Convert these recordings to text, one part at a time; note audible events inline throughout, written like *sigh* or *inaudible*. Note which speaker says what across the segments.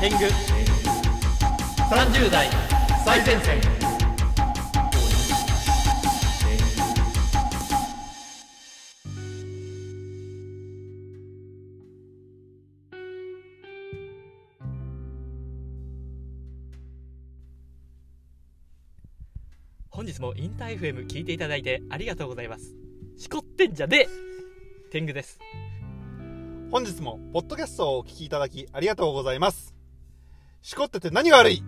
Speaker 1: 天狗30代最前線本日もインター FM 聞いていただいてありがとうございますしこってんじゃねえ天狗です
Speaker 2: 本日もポッドキャストをお聞きいただきありがとうございますしこってて何が悪い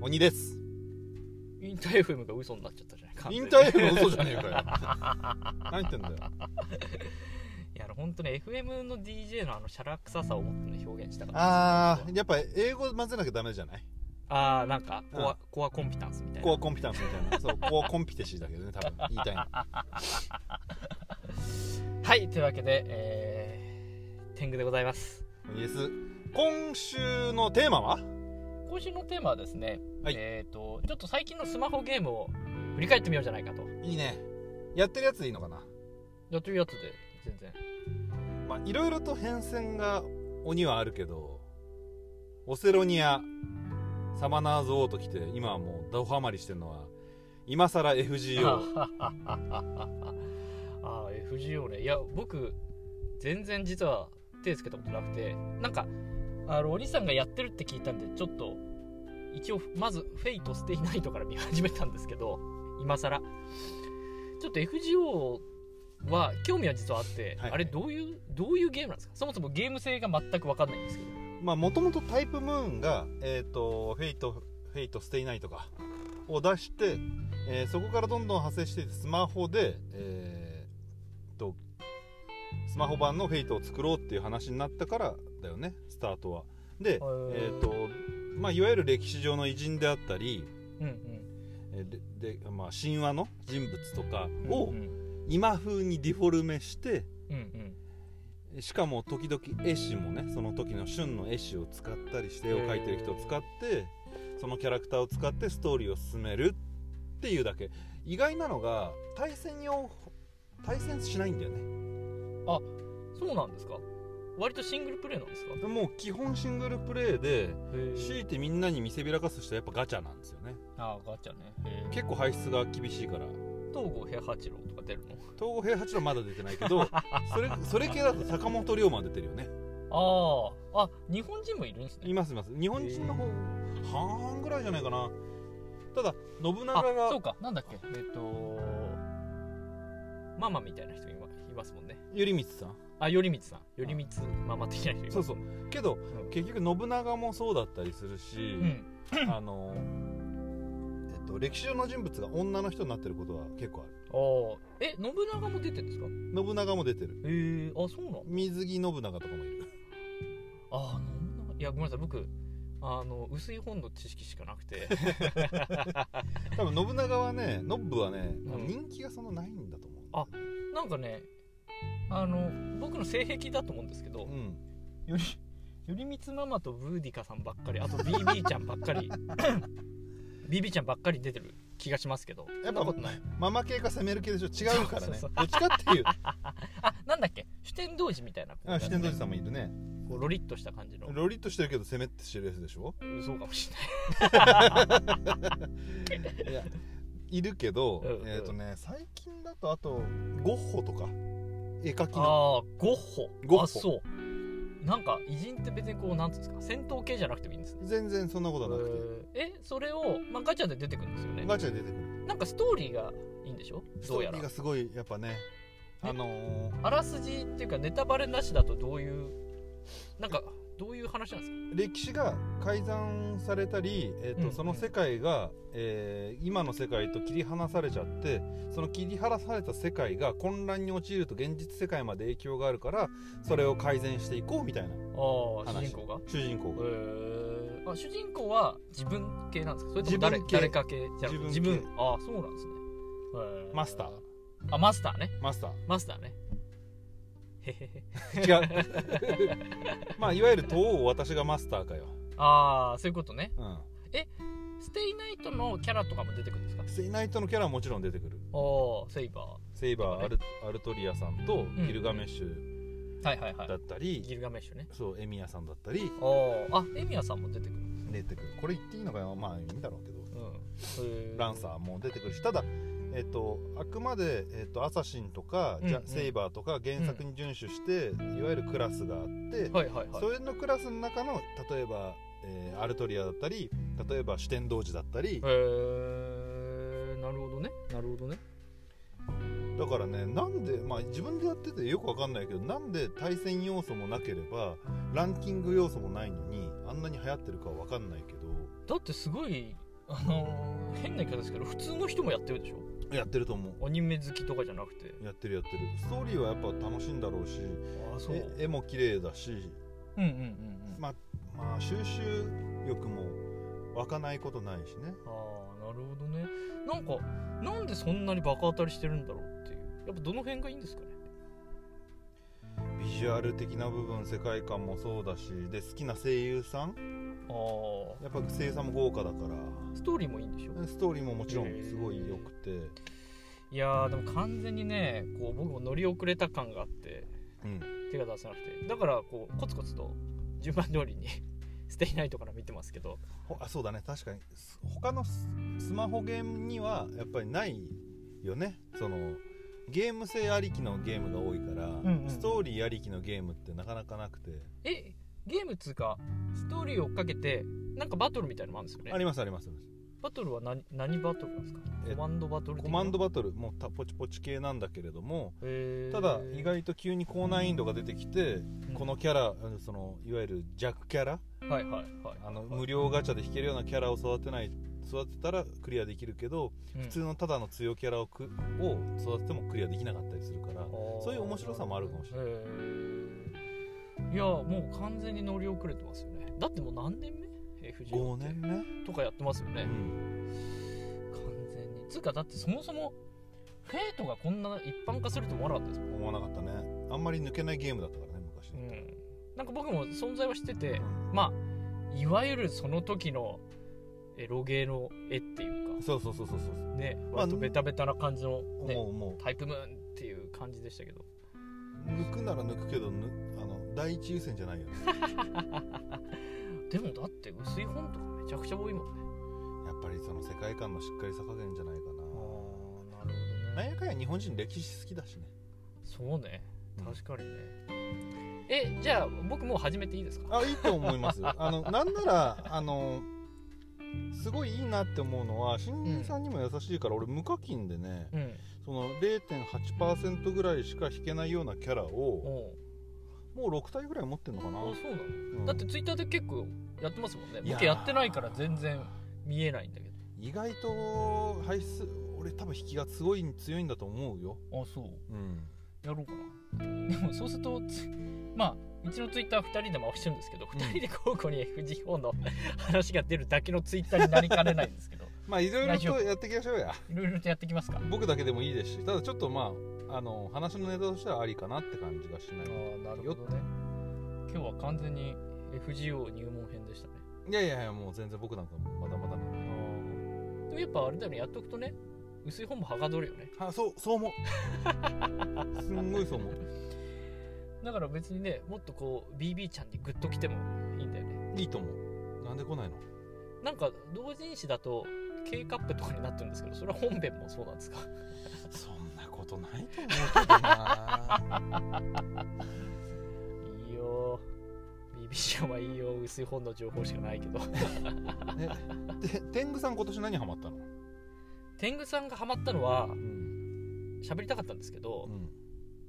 Speaker 2: 鬼です
Speaker 1: インター FM が嘘になっちゃったじゃないか
Speaker 2: インター F の嘘じゃねえ
Speaker 1: *laughs*
Speaker 2: かよ何言ってんだよ
Speaker 1: いやあの本当に FM の DJ のあのシャラ臭さをもっとね表現したかった
Speaker 2: あーやっぱ英語混ぜなきゃダメじゃない
Speaker 1: あーなんかコア,、コアコンピタンスみたい
Speaker 2: コ
Speaker 1: な
Speaker 2: アコンピタンスみたいなそうコアコンピテシーだけどね多分言いたいの
Speaker 1: はいというわけで、えー、天狗でございます
Speaker 2: 鬼です今週のテーマは
Speaker 1: 今週のテーマはですね、
Speaker 2: はい
Speaker 1: えっ、とちょっと最近のスマホゲームを振り返ってみようじゃないかと
Speaker 2: いいねやってるやつでいいのかな
Speaker 1: やってるやつで全然
Speaker 2: まあいろいろと変遷が鬼はあるけどオセロニアサマナーズ王ときて今はもうダハマりしてるのは今更
Speaker 1: *laughs*
Speaker 2: FGO
Speaker 1: ああ FGO ねいや僕全然実は手つけたことなくてなんかあのお兄さんがやってるって聞いたんでちょっと一応まず「フェイト捨ていないと」から見始めたんですけど今更ちょっと FGO は興味は実はあって、
Speaker 2: はい
Speaker 1: あれどういうどういうゲームなんですかそもそもゲーム性が全く分かんないんですけど
Speaker 2: まあもともとタイプムーンがえっ、とフェイトフェイトステイナイトかを出して、えーそこからどんどん派生していってスマホでえーとスマホ版のフェイトを作ろうっていう話になったからだよねスタートはで、えーとまあ、いわゆる歴史上の偉人であったり、
Speaker 1: うんうん
Speaker 2: えーででまあ、神話の人物とか
Speaker 1: うん
Speaker 2: を
Speaker 1: うん
Speaker 2: 今風にディフォルメして
Speaker 1: うんうん
Speaker 2: しかも時々絵師もねその時の旬の絵師を使ったりして絵を描いてる人を使ってそのキャラクターを使ってストーリーを進めるっていうだけ意外なのが対戦用対戦しないんだよね
Speaker 1: そうなんですか割とシングルプレイなんですか
Speaker 2: もう基本シングルプレイで
Speaker 1: へえ
Speaker 2: 強いてみんなに見せびらかす人はやっぱガチャなんですよね
Speaker 1: ああガチャねへえ
Speaker 2: 結構排出が厳しいから
Speaker 1: 東郷平八郎とか出るの
Speaker 2: 東郷平八郎まだ出てないけ *laughs* どそれそれ系だと坂本龍馬出てるよね
Speaker 1: あああ日本人もいるんですね
Speaker 2: いますいます日本人の方半ぐらいじゃないかなただ信長
Speaker 1: あ
Speaker 2: が
Speaker 1: そうかなんだっけえっ、とママみたいな人今いますもんね
Speaker 2: 頼光さん
Speaker 1: あ頼光さん頼光ママ的な人います
Speaker 2: そうそうけど、
Speaker 1: ん
Speaker 2: 結局信長もそうだったりするし
Speaker 1: う、ん
Speaker 2: あのえっと歴史上の人物が女の人になってることは結構ある
Speaker 1: おーえ信長も出てるんですか
Speaker 2: 信長も出てる
Speaker 1: へえあそうなの
Speaker 2: 水着信長とかもいる
Speaker 1: ああ信長いやごめんなさい僕あの薄い本の知識しかな
Speaker 2: *laughs*
Speaker 1: くて
Speaker 2: 多分信長はね信はね、
Speaker 1: うん
Speaker 2: 人気がそんなないんだと思う
Speaker 1: あなんかねあの僕の性癖だと思うんですけど、
Speaker 2: うん
Speaker 1: より頼光ママとブーディカさんばっかりあと BB ちゃんばっ
Speaker 2: *laughs*
Speaker 1: かり BB ちゃんばっかり出てる気がしますけど
Speaker 2: やっぱ
Speaker 1: そんなことない
Speaker 2: ママ系か攻める系でしょ違うからね
Speaker 1: そうそう
Speaker 2: どっちか *laughs* っていう
Speaker 1: あなんだっけ主典童子みたいな
Speaker 2: あ四天王
Speaker 1: 童
Speaker 2: 寺さんもいるね
Speaker 1: こうロリッとした感じの
Speaker 2: ロリッとしてるけど攻めってしてるやつでしょ
Speaker 1: そうかもしれない
Speaker 2: いやいるけど、
Speaker 1: うんうん
Speaker 2: えっ、とね最近だとあとゴッホとか絵描きの
Speaker 1: ああーゴッホ
Speaker 2: ゴッホ
Speaker 1: あそうなんか偉人って別にこうなんていうんですか戦闘系じゃなくてもいいんですね
Speaker 2: 全然そんなことはなく
Speaker 1: えーえそれを、まあ、ガチャで出てくるんですよ
Speaker 2: て、
Speaker 1: ね
Speaker 2: ガチャで出てくる
Speaker 1: なんかストーリーがいいんでしょ
Speaker 2: ス
Speaker 1: ど
Speaker 2: ト
Speaker 1: うや
Speaker 2: ー
Speaker 1: ら
Speaker 2: リーがすごいやっぱねあの
Speaker 1: あらすじっていうかネタバレなしだとどういうなんかどういう話なんですか
Speaker 2: ー歴史が改ざんされたり、えーと
Speaker 1: うん
Speaker 2: その世界が、えー今の世界と切り離されちゃってその切り離された世界が混乱に陥ると現実世界まで影響があるからそれを改善していこうみたいな
Speaker 1: ああ主
Speaker 2: 話
Speaker 1: 人公が
Speaker 2: 主人公が
Speaker 1: えー、あ主人公は自分系なんですかそれとも
Speaker 2: 自
Speaker 1: 誰
Speaker 2: 分系
Speaker 1: 誰か系じゃなくて自
Speaker 2: 自分
Speaker 1: 分
Speaker 2: 系
Speaker 1: ああそうなんですね、えー
Speaker 2: マスター
Speaker 1: あマスターね
Speaker 2: マスター
Speaker 1: マスターねへへへ
Speaker 2: 違う *laughs* まあいわゆる東王私がマスターかよ、
Speaker 1: ああそういうことね
Speaker 2: うん、
Speaker 1: ステイナイトのキャラとかも出てくるんですか
Speaker 2: セイナイトのキャラはもちろん出てくる
Speaker 1: おおセイバー
Speaker 2: セイバー、アルアルトリアさんと
Speaker 1: ん
Speaker 2: ギルガメッシュ、
Speaker 1: はいはいは
Speaker 2: だ
Speaker 1: い
Speaker 2: ったり、
Speaker 1: ギルガメッシュね
Speaker 2: そうエミヤさんだったり
Speaker 1: おあエミヤさんも出てくる
Speaker 2: 出てくるこれ言っていいのかなまあいいんだろうけど
Speaker 1: うんへー
Speaker 2: ランサーも出てくるしただえっと、あくまで、えっと、アサシンとか、ジャ
Speaker 1: うんうん
Speaker 2: セイバーとか原作に遵守して、いわゆるクラスがあって、
Speaker 1: はいはいはい
Speaker 2: それのクラスの中の例えば、えーアルトリアだったり例えば酒呑童子だったり
Speaker 1: へえなるほどねなるほどね
Speaker 2: だからねなんで、まあ、自分でやっててよくわかんないけどなんで対戦要素もなければランキング要素もないのにあんなに流行ってるかはわかんないけ
Speaker 1: だってすごいあのー変な言い方ですけど普通の人もやってるでしょ
Speaker 2: どやってると思う
Speaker 1: アニメ好きとかじゃなくて
Speaker 2: やってるやってるストーリーはやっぱ楽しいんだろうし
Speaker 1: ああそう
Speaker 2: え絵も綺麗だし
Speaker 1: うんうんうんうん
Speaker 2: まあまあ収集力も湧かないことないしね
Speaker 1: ああなるほどねなんかなんでそんなにバカ当たりしてるんだろうっていうやっぱどの辺がいいんですかね
Speaker 2: ビジュアル的な部分世界観もそうだしで好きな声優さん
Speaker 1: ああ
Speaker 2: やっぱ生産も豪華だから
Speaker 1: ストーリーもいいんでしょ
Speaker 2: ストーリーももちろん
Speaker 1: へー
Speaker 2: すごい良くて、
Speaker 1: いやーでも完全にねこう僕も乗り遅れた感があって
Speaker 2: うん、
Speaker 1: 手が出せなくてだからこうコツコツと順番通りに *laughs* ステイナイトから見てますけど
Speaker 2: ほあそうだね確かにす他のススマホゲームにはやっぱりないよねそのゲーム性ありきのゲームが多いから、
Speaker 1: んうん
Speaker 2: ストーリーありきのゲームってなかなかなくて、
Speaker 1: えゲームっつうかストーリーを追っかけてなんかバトルみたいなのもあるんですよね
Speaker 2: ありますありますありま
Speaker 1: バトルは何何バトルなんですか
Speaker 2: え
Speaker 1: コマンドバトル
Speaker 2: す
Speaker 1: 的
Speaker 2: コ
Speaker 1: な
Speaker 2: マンドバトルもたポチポチ系なんだけれども
Speaker 1: へー
Speaker 2: ただ意外と急に高難易度が出てきて
Speaker 1: うん
Speaker 2: このキャラあのそのいわゆる弱キャラ
Speaker 1: はいはいはい
Speaker 2: あの無料ガチャで引けるようなキャラを育てない育てたらクリアできるけど
Speaker 1: 普
Speaker 2: 普通のただの強キャラをくを育ててもクリアできなかったりするからそういう面白さもあるかもしれ
Speaker 1: ないいやもう完全に乗り遅れてますよねだってもう何年目
Speaker 2: 5
Speaker 1: FGO って
Speaker 2: 年目、
Speaker 1: とかやってますよね、
Speaker 2: うん、
Speaker 1: 完全につうかだってそもそもフェイトがこんな一般化すると思わなかったですもん、
Speaker 2: 思わなかったねあんまり抜けないゲームだったからね昔、
Speaker 1: うん、なんか僕も存在は知っててまあいわゆるその時のエロゲーの絵っていう
Speaker 2: そうそうそうそうそう
Speaker 1: かね
Speaker 2: まあ
Speaker 1: 割とベタベタな感じの、ね
Speaker 2: 思う思
Speaker 1: タイプムーンっていう感じでしたけど
Speaker 2: う抜くなら抜くけどぬあの第一優先じゃ
Speaker 1: *laughs*
Speaker 2: ないよね
Speaker 1: でもだって薄い本とかめちゃくちゃ多いもんね
Speaker 2: やっぱりその世界観のしっかりさ加減じゃないか
Speaker 1: あ
Speaker 2: な
Speaker 1: なるほ
Speaker 2: なんやかんや日本人歴史好きだしね
Speaker 1: そうね確かにねえじゃあ僕もう始めていいですか
Speaker 2: あいいと思い
Speaker 1: *laughs*
Speaker 2: ますあのなんならあのすごいいいなって思うのは新人さんにも優しいから、俺無課金でね
Speaker 1: うん
Speaker 2: その0.8%ぐらいしか引けないようなキャラを
Speaker 1: おう
Speaker 2: もう6体ぐらい持ってんのかな、
Speaker 1: あそうなの
Speaker 2: うん
Speaker 1: だってツイッターで結構やってますもんね
Speaker 2: いやー
Speaker 1: 僕やってないから全然見えないんだけ
Speaker 2: 意外と排出俺多分引きがすごい強いんだと思うよ、
Speaker 1: どあそう
Speaker 2: うん、
Speaker 1: やろうかなでもそうするとつまあうちのツイッター2人で回してるんですけど、
Speaker 2: ん
Speaker 1: 2人で交互に FGO の話が出るだけのツイッターになりかねないんですけど
Speaker 2: まあいろいろ
Speaker 1: 大丈
Speaker 2: と
Speaker 1: 夫
Speaker 2: やっていきましょうや
Speaker 1: いろいろとやってきますか
Speaker 2: 僕だけでもいいですしただちょっとまああの話のネタとしてはありかなって感じがしない
Speaker 1: ああなるほどね今日は完全に FGO 入門編でしたね
Speaker 2: いやいやいやもう全然僕なんかまだまだなんで
Speaker 1: でもやっぱあれだよねやっとくとね薄い本もはかどるよね
Speaker 2: あそうそう思う *laughs* すんごいそう思う
Speaker 1: だから別にねもっとこう BB ちゃんにグッときてもいいんだよね
Speaker 2: いいと思うなんで来ないの
Speaker 1: なんか同人誌だと K カップとかになってるんですけどそれは本編もそうなんですか
Speaker 2: そんなことないと思うけど *laughs* な
Speaker 1: いいよ BBC ちゃんはいいよ薄い本の情報しかないけど
Speaker 2: ねで天狗さん今年何ハマったの、
Speaker 1: 天狗さんがハマったのは
Speaker 2: うん
Speaker 1: 喋りたかったんですけど、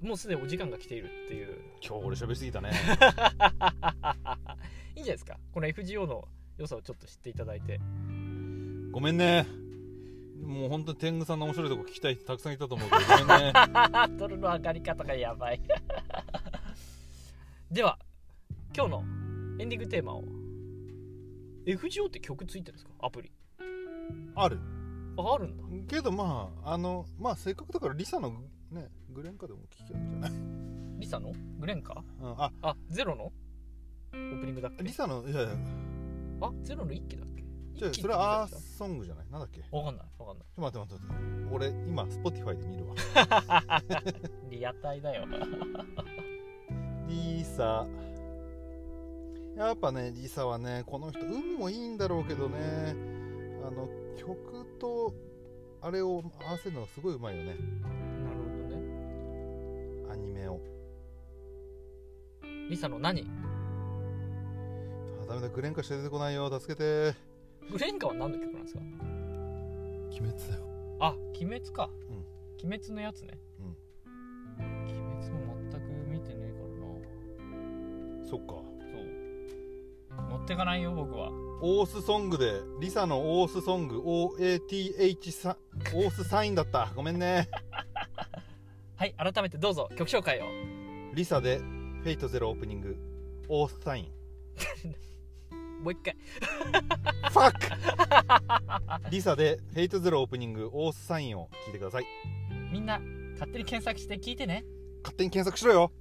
Speaker 1: もうすでにお時間が来ているっていう
Speaker 2: 今日俺喋りすぎ *laughs* たね
Speaker 1: *laughs* いいんじゃないですかこの FGO の良さをちょっと知っていただいて *laughs*
Speaker 2: ごめんねもう本当に天狗さんの面白いとこ聞きたい人たくさんいたと思うけ *laughs* どごめんね
Speaker 1: ハードルの上がり方がやばい *laughs* では今日のエンディングテーマを FGO って曲ついてるんですかアプリ
Speaker 2: ある
Speaker 1: ああるんだ
Speaker 2: けどまああのまあせっかくだからリサのねグレンカでも聞けるんじゃない、
Speaker 1: リサのグレンか
Speaker 2: うん、あ
Speaker 1: あゼロのオープニングだっけ
Speaker 2: リサのいやいや
Speaker 1: あゼロの一期だっけ
Speaker 2: じゃあ
Speaker 1: 一期
Speaker 2: それはア
Speaker 1: って
Speaker 2: ースソングじゃないなんだっけち
Speaker 1: 言ってたわかんないわかんな
Speaker 2: ょ
Speaker 1: い
Speaker 2: っと待って待って待って俺今 Spotify で見るわ
Speaker 1: リアタイだよ
Speaker 2: リサやっぱねリサはねこの人運もいいんだろうけどねあの曲とあれを合わせるのがすごいうまいよね
Speaker 1: なるほどね
Speaker 2: アニメを
Speaker 1: リサの何
Speaker 2: あダメだグレンカしか出てこないよ助けて
Speaker 1: グレンカは何の曲なんですか
Speaker 2: 鬼滅だよ
Speaker 1: あ鬼滅
Speaker 2: う
Speaker 1: か、
Speaker 2: ん
Speaker 1: 鬼滅のやつね、鬼滅も全く見てねえから
Speaker 2: そっか
Speaker 1: なそう持ってかないよ僕は
Speaker 2: オースソングでリサのオースソング OATH さオースサインだったごめんね
Speaker 1: はい改めてどうぞ曲紹介を
Speaker 2: リサで「フェイトゼロオープニングオースサイン
Speaker 1: もう一回
Speaker 2: ファック *laughs* リサで「フェイトゼロオープニングオースサイン」を聞いてください
Speaker 1: みんな勝手に検索して聞いてね
Speaker 2: 勝手に検索しろよ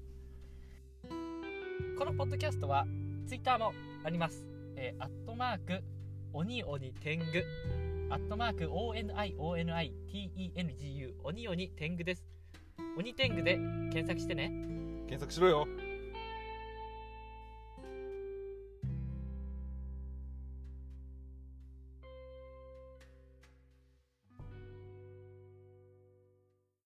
Speaker 1: このポッドキャストはツイッターもあります。えー、アットマーク、おにおに天狗、アットマーク、ONIONITENGU、おにおに天狗です。おに天狗で検索してね。
Speaker 2: 検索しろよ